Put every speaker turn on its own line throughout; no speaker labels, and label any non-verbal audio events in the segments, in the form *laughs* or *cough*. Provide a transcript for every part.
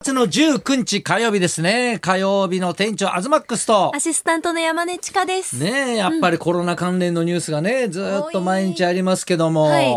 月の19日火曜日ですね。火曜日の店長、アズマックスと
ア。シスタントの山根千佳です。
ねえ、やっぱりコロナ関連のニュースがね、ずーっと毎日ありますけども、
はい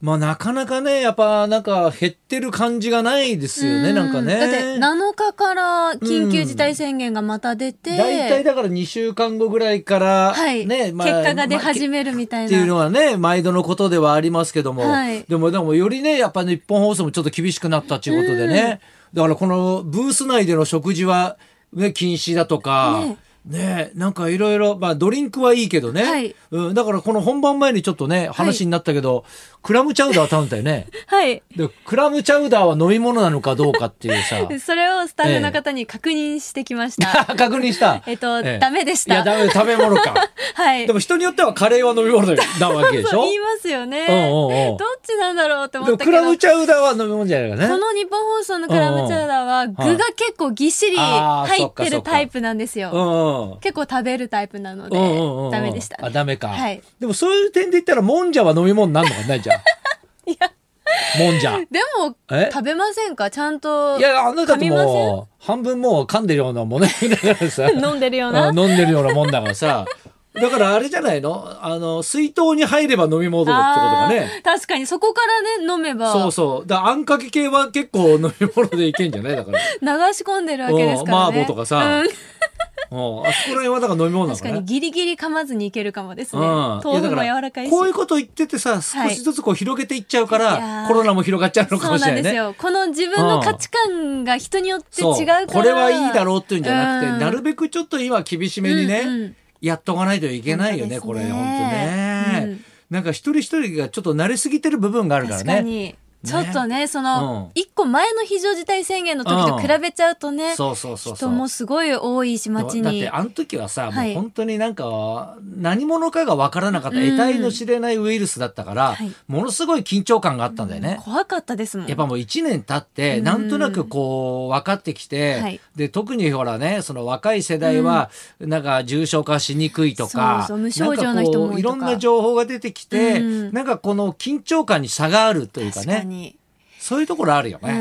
まあなかなかね、やっぱなんか減ってる感じがないですよね、
う
なんかね。
だって7日から緊急事態宣言がまた出て、
大体だから2週間後ぐらいから、
はい、
ね、まあ
結果が出始
ま
めるみた
あ
い
っていう
な。
のはね、毎度のことではありますけども、
はい
でもでもよりね、やっぱ日本放送もちょっと厳しくなったということでね、だからこのブース内での食事は、ね、禁止だとか、ね
ね
なんかいろいろ、まあドリンクはいいけどね、
はい
うん、だからこの本番前にちょっとね、話になったけど、クラムチャウダー頼んだよ
*laughs*
ね。
はい。
で、クラムチャウダーは飲み物なのかどうかっていう
*laughs*
さ、
それをスタッフの方に確認してきました。
*laughs* 確認した。
えっと
ええ
ダメでした
いや、ダメ、食べ物か。
*laughs* はい。
でも人によってはカレーは飲み物なわけでし
そう
ょ
言いますよね。
うんうんうん
どっちなんだろうって思
で
っ
も
た
ク
けど。
ラムチャウダーは飲み物じゃないから
こ
ね。
の日本放送のクラムチャウダーは具
うんうん
が結構ぎっしり
あー
入
そっ
っ
か
て
そっ
る
か
タイプなんですよ。
うんうん
結構食べるタイプなので
うんうんうんうん。
ダメでした。
あ、ダメか。
はい
でもそういう点で言ったら、もんじゃは飲み物なんのかないじゃん。
*laughs* いや
もんじゃ。
でも
え
食べませんかちゃんと
いや、あなたと
噛みません
もう、半分もう噛んでるようなもんね。だからさ、
*laughs* 飲んでるよう
*laughs*
な
うん飲んでるようなもんだからさ。だからあれじゃないのあの、水筒に入れば飲み物ってことがね。
あー確かにそこからね飲めば
そうそう。だからあんかけ系は結構飲み物でいけんじゃないだから。
流し込んでる *laughs* わけですからね
うん麻婆とかさ
うん
うん、あそこら辺はだから飲み物だ
確
か
からに
ね。
ギリギリ噛まずにいけるかもですね
うん
豆腐も
いやだ
柔ら
か
からいし
こういうこと言っててさ少しずつこう広げていっちゃうから、
いやー
コロナも広がっちゃうのか
そ
も
う
しれ
な
なんい
です
ね。
よこの自分の価値観が人によって違うから
これはいいだろうっていうんじゃなくて、
うん
なるべくちょっと今厳しめにね、
うんうん
やっとかないといけないよねこ
本当
れ
です
本
ね
当ね、
うん
なんか一人一人がちょっと慣れすぎてる部分があるから
確か
ね。
にちょっとねそ
うん
の一個前の非常事態宣言の時と比べちゃうとね
そうそうそうそう
人もすごい多いし街
だっ
に
てあの時はさ、
はい
もう本当になんか何者かが分からなかった、
うん
得体の知れないウイルスだったから、
はい
ものすごい緊張感があったんだよね。
怖かったですもん
やっぱもう1年経って、
うん
なんとなくこう分かってきて、
はい
で特にほらねその若い世代はなんか重症化しにくいとか、
そうそう無症状の人も
なんかこ
多
うい
いと
ろ
か
んな情報が出てきて、
うん
なんかこの緊張感に差があるというか
確
ね
かに
そういうところあるよ
う
ね。
ー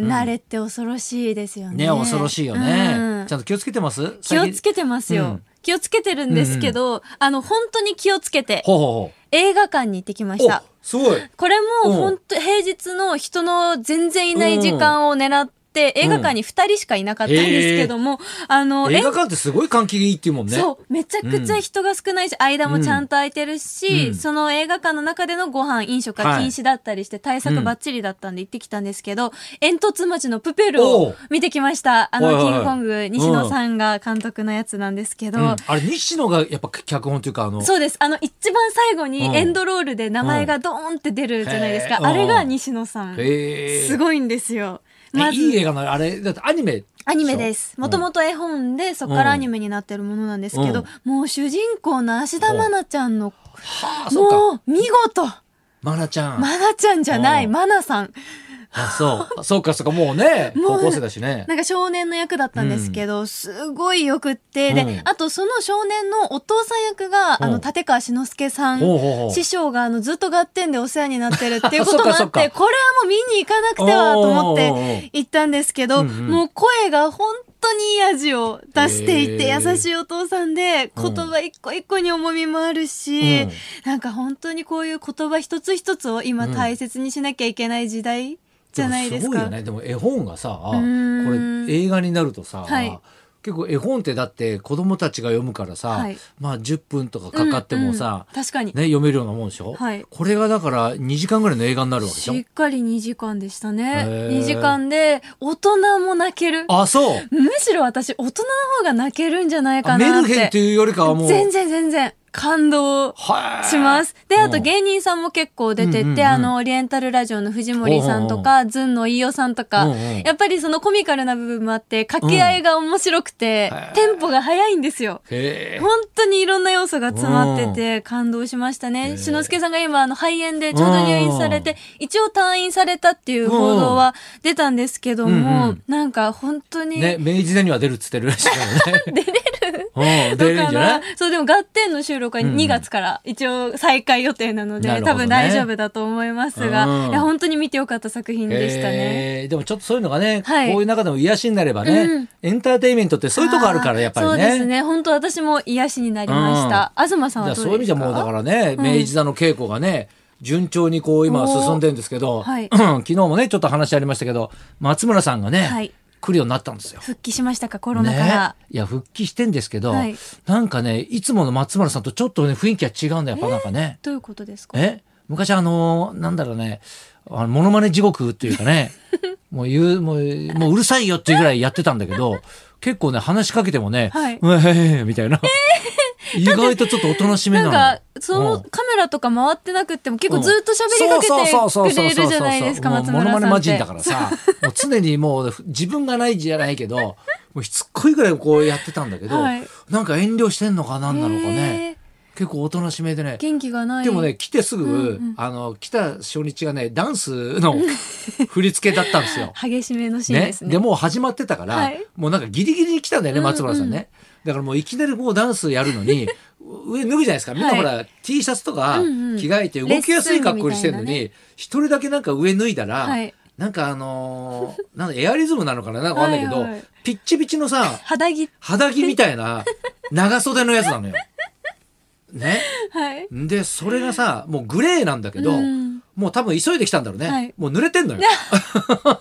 ん慣れって恐ろしいですよね
ね恐ろしいよ
う
ね
ん。
ちゃんと気をつけてます
気をつ
け
けてますよ、
うん
気をつけてるんですけど、あの本当に気をつけて
ほうほ
映画館に行ってきま
うほ
し
う
た
おすごい
これ
うん
も本当平日の人の全然いない時間を狙って映画館に2人しかいなかったんですけども、あの
映画館ってすごい換気がいいっていうもんね。
そうめちゃくちゃ人が少ないし、間もちゃんと空いてるし、
うん
その映画館の中でのご飯飲食が禁止だったりして対策ばっちりだったんで行ってきたんですけど、煙突町のプペル
おう
を見てきましたあ
はい
の
はいは
キ
い
ングコング西野さんが監督のやつなんですけど、
うんあれ西野がやっぱ脚本というかあの
そうですあの一番最後
うん
にエンドロールで名前がドーンって出るじゃないですか、
うんへー
あれが西野さん
へえ
すごいんですよま
え
ず
いい映画なのあれだってアニメ
アニメです。もと
と
もと絵本で、そこからアニメになってるものなんですけど、もう主人公の芦田愛菜ちゃんの、
はあそうか
もう見事、
マナちゃん。
愛菜ちゃんじゃない、
うん
愛菜さん。
あ、そう。そうか、そうか、もうね、
も
高
う
校生だしね。
なんか少年の役だったんですけど、すごいよくって、
う
で
ん、
あとその少年のお父さん役
ん
が、あの、立川志の輔さ。
ほうんほうほう。
師匠があのずっと合点でお世話になってるっていうこと
そっ
も
かそ
あ
っ
っ
か
て、これはもう見に行かなくてはと思っ
おーおーおーおー
て行ったんですけど、
うんうん
もう声が本当にいい味を出していて、
へー
優しいお父さんで、
うん
言葉一個一個に重みもあるし、
うん
なんか本当にこういう言葉一つ一つを今大切にしなきゃいけない時代じゃないです
もすごい
か。
よね。でも絵本がさ、こ
ーん
れ映画になるとさ
はい、
結構絵本ってだって子供たちが読むからさ
はい、
まあ10分とかかかってもさ
うん、うん確かに、
ね、読めるようなもんでしょ
はい
これがだから2時間ぐらいの映画になるわけでし
し
ょ
っかり2時間でしたね。
へー
2時間で、大人も泣ける。
あ、そう。
むしろ私、大人の方が泣けるんじゃない
あ
か
メ
な
ル
って。
ヘンっていうよりかはもう。
全然全然、感動
は
します。で、あと
ー
芸人さんも結構出
うん
て
うんうん
て、あの、オリエンタルラジオの藤森さんとか、ズンの飯尾さんとか
うんうん、
やっぱりそのコミカルな部分もあって、掛け合いが面白くて
うん、
テンポが速いんですよ。
うんへえ。
本当にいろんな要素が詰まってて感動しました
え
ね。しのすけさんが今、あの、肺炎でちょうど入院されて、一応退院されたっていう報道は出たんですけど
うんう
も
ん、
なんか本当に、 *laughs*
ね、明治座には出るっつってるらしいからね。出れるうん、出
だ
れるん
か
じゃない
ら、そう、でも、ガッテンの収録は
うんうん
2月から一応再開予定なので、
なるほど
多
ね
分大丈夫だと思いますが、
うん
いや本当に見てよかった作品でしたね。
えーでもちょっとそういうのがね、
はい
こういう中でも癒しになればね、
うん
エンターテインメントってそういうとこあるからやっぱりね。
そうですね。本当私も癒しになりました。東さん
だから
はどうですか
そういう意味じゃもうだからね、
うん
明治座の稽古がね順調にこう今進んでるんですけど、
おーは
*clears throat*
い
昨日もねちょっと話ありましたけど松村さんがね、
はい
来るようになったんですよ。
復帰しましたか、コロナから
ね。、いや復帰してんですけど、
はい
なんかねいつもの松村さんとちょっとね雰囲気が違うんだよやっぱなんかね。
どういうことですか
え昔あのなんだろうねあのモノマネ地獄っていうか
*laughs*
ねもう言うもうもううるさいよっていうぐらいやってたんだけ
*laughs*
ど結構ね話しかけてもね「
はいう
わへへへみたいな、 *laughs* 意外とちょっとおとなしめな
な
の
んか、そ
うん
のカメラとか回ってなくっても結構ずっと喋りかけてくれるじゃないですか、松村さ
も
んって。
うモノマネ魔人だから
*laughs*
さ、もう常にもう自分がないじゃないけど、もうしつこいぐらいこうやってたんだけど、
はい
なんか遠慮してんのかなんなのか
へ
ね
ー。
結構おとなしめでね。
元気がない。
でもね、来てすぐ、
うんうん
あの、来た初日がね、ダンスの振り付けだったんです
*laughs*
よ。
激しめのシーンですね。
もう始まってたから、
はい
もうなんかギリギリに来たんだよね、
うんうん
松村さんね。だからもういきなりもうダンスやるの
*laughs*
に、上脱ぐじゃないですか。みんなほら、T シャツとか
う
着
んうん
替えて動きやすい格好にしてるの
レッスンみたいな
に、一、人だけなんか上脱いだら、
はい
なんかあの
*laughs*
ーなんだエアリズムなのかななんかわかんないけど、
はいはい
ピッチピチのさ、
肌着、
肌着みたいな長袖のやつなの
*laughs*
よ。ね。
はい。
で、それがさ、もうグレーなんだけど、
うん
もう多分急いで来たんだろうね。
はい
もう濡れてんのよ。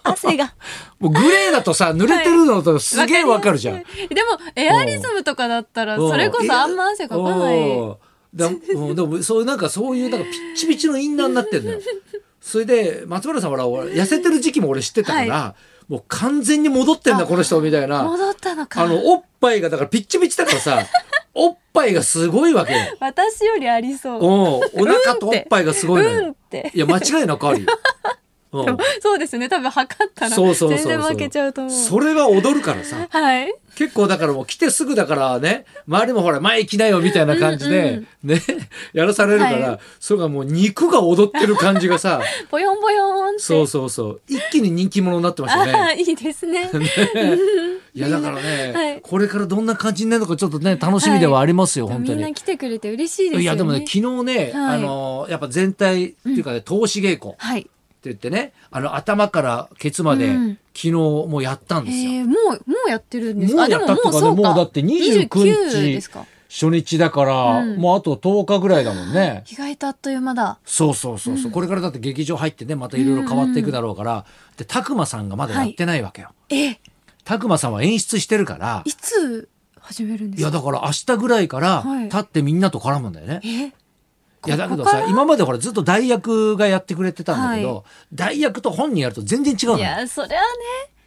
汗が。
もうグレーだとさ、濡れてるのと *laughs* すげえわかるじゃん。
わかりますでも、エアリズムとかだったら、
うん
それこそあんま汗かかない。
おーだうんでもそういうなんかそういうなんかピッチピチのインナーになってんの
*laughs*
よ。それで松村さんほら俺痩せてる時期も俺知ってたから、もう完全に戻ってんだ
あ
この人みたいな。
戻ったのか
あ。のおっぱいがだからピッチピチだから
*laughs*
さ、おっぱいがすごいわけよ。
私よりありそう。
おお腹とおっぱいがすごいのよ。
うんって。
いや間違いなくあるよ。うん
そうですね。多分測ったら、
そうそうそうそう
全然負けちゃうと思う。
それが踊るから
*laughs*
さ。
はい。
結構だからもう来てすぐだからね周りもほら前行きなよみたいな感じで、
うん
ねやらされるから、
はい
それがもう肉が踊ってる感じが
*laughs*
さ
ぽよんぽよんって。
そうそうそう一気に人気者になってまし
あ
た
*laughs* あ
ね。
ー、いいで
*laughs*
すね。
いやだからね、
はい
これからどんな感じになるのかちょっとね楽しみではありますよ、本当
みんな
に。
来てくれて嬉しいですよね。
いやでもね昨日ね、
は
あ
い
のやっぱ全体っていうかね投資稽古って
はい。
言ってねあの頭からケツまで、
うん
昨日もうやったんですよ。
えー、もう、もうやってるんですか
もうやったっていうかね
あでももうそうか。
もうだって29日
ですか。
初日だから、
うん
もうあと10日ぐらいだもんね。
意外とあっという間だ。
そうそうそうそう、これからだって劇場入ってねまたいろいろ変わっていくだろうから、で拓磨さんがまだやってないわけよ
え、
拓磨、さんは演出してるから
いつ始めるんで
い
す
や
か
だから明日ぐらいから
はい
立ってみんなと絡むんだよね、い、
え
やだけど
ここか
さ
ら
今までほらずっと代役がやってくれてたんだけど、
は
代役と本人やると全然違うの
い
よ
や、そりゃ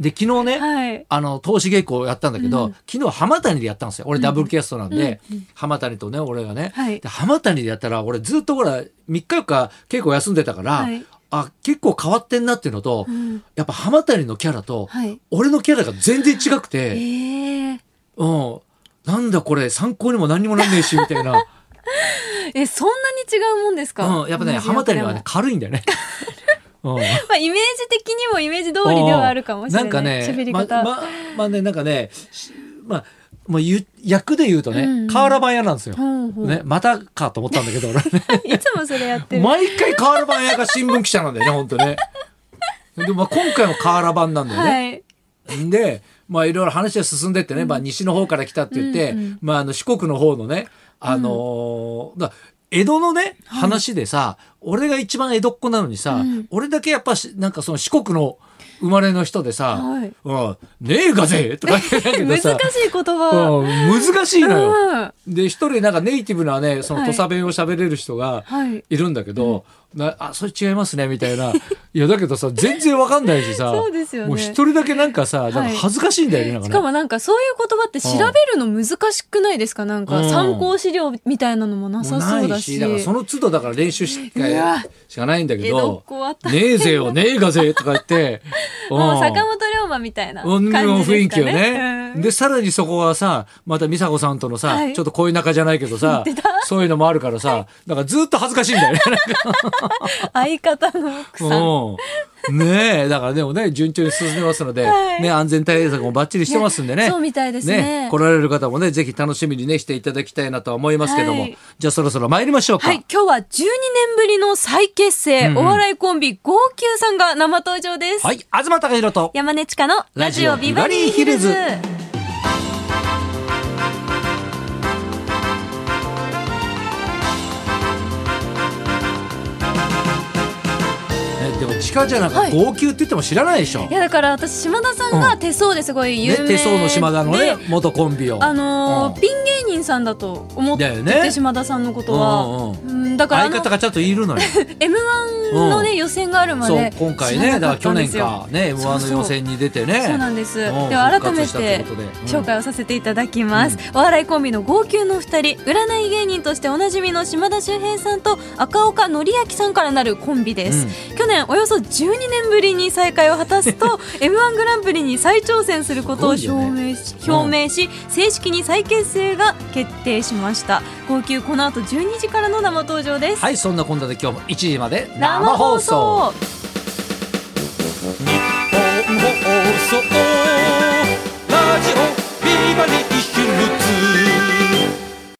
で昨日ね、
ね。はい。
あの投資稽古をやったんだけど、
うん
昨日浜谷でやったんですよ俺ダブルキャストなんで、
うんう
浜谷とね俺がね、
はい
で浜谷でやったら俺ずっとほら3日4日結構休んでたから、
はい
あ結構変わってんなっていうのと、
うん
やっぱ浜谷のキャラと、
はい。
俺のキャラが全然違く
え
て、
ー、
うん、なんだこれ参考にも何にもなんねえしみたい
*laughs*
な、
え、そんなに違うもんですか
うん、やっぱね
同じ役
浜谷
でも
はね軽いんだよ
*laughs*
ね。うん
まあ、イメージ的にもイメージ通りではあるかもしれない。
んかね、
喋り方。
まままあね、なんかね、しまあ、まあ、ゆ役で言うとね、
うんうん
河原版屋なんですよ。
ほうほう
ね、またかと思ったんだけど、俺
*laughs* いつもそれやって
ね、
る。
毎回河原版屋が新聞記者なんだよね、本当ね。で、まあ、今回も河原版なんだよね。
はい。
で、まあ、いろいろ話が進んでってね、まあ、西の方から来たって言って、
うんうん
まあ、あの四国の方のね、あのーだ江戸のね、話でさ、俺が一番江戸っ子なのにさ、
うん
俺だけやっぱし、なんかその四国の生まれの人でさ、
はい
うん、ねえがぜとか言ってたけど
*laughs* 難しい
さ、
言葉。
うん、難しいのよ。
うん
で、一人なんかネイティブなね、その
はい
土佐弁を喋れる人が、
はい。
いるんだけど、なあそれ違いますねみたいな *laughs* いやだけどさ全然わかんないしさ
そうですよね
もう一人だけなんかさなんか
はい
恥ずかしいんだよね、なん
し
か
か
ね
もなんかそういう言葉って調べるの難しくないですかなん
う
か
ん
参考資料みたいなのもな
も
さそうう
な
だ
いし
し。
だからその都度だから練習しか
うわ
しかないんだけ
江戸
ど
っ子は
「ねえぜ
*laughs*
よねえがぜ」とか言って
も
ん
う坂本龍馬みたいな
う
感
ん
じですかね。
雰囲気をね。
うん
で、さらにそこはさ、また美佐子さんとのさ、
はい
ちょっと恋仲じゃないけどさ
*laughs* 言って、た
そういうのもあるからさ、だからずっと恥ずかしいんだよね。
相方の奥さん。
うんねえだからでもね順調に進んでますので、
はい
ね安全対策もバッチリしてますんでね
ねそうみたいですね
来られる方もねぜひ楽しみにねしていただきたいなとは思いますけども、
はい
じゃあそろそろ参りましょうか、
はい、今日は12年ぶりの再結成、お笑いコンビ、号泣さんが生登場です。
はい、東隆弘と
山根千佳のラジオビバリーヒルズ。
えでも地下じゃなく
はい
号泣って言っても知らないでしょ、
いやだから私島田さんが手相ですごい有
ね
名で、
手相の島田のね元コンビを
あのー
うん
ピン芸人さんだと思って
だよ
て、
ね
島田さんのことは、
うん
うんだからあ
相
の
方がちゃんといるのよ
m 1のね、
う
予選があ *laughs* るま
そう
で
今回
知
ね
ら
だ
な
から去
ったんで
年
すよ
かね m
そう
1
そう
の予選に出て
そうな
ね
んです。で
うん
は改
復
め
活したってことでうん
紹介をさせていただきます。お笑いコンビの号泣の二人、占い芸人としておなじみの島田秀平さんと赤岡典明さんからなるコンビです。去年およそ12年ぶりに再会を果たす
*laughs*
と M1 グランプリに再挑戦することを表
すごいよ
明し,、表明し正式に再結成が決定しました号泣この後12時からの生登場です、
はいそんなこんなで今日も1時まで
生放送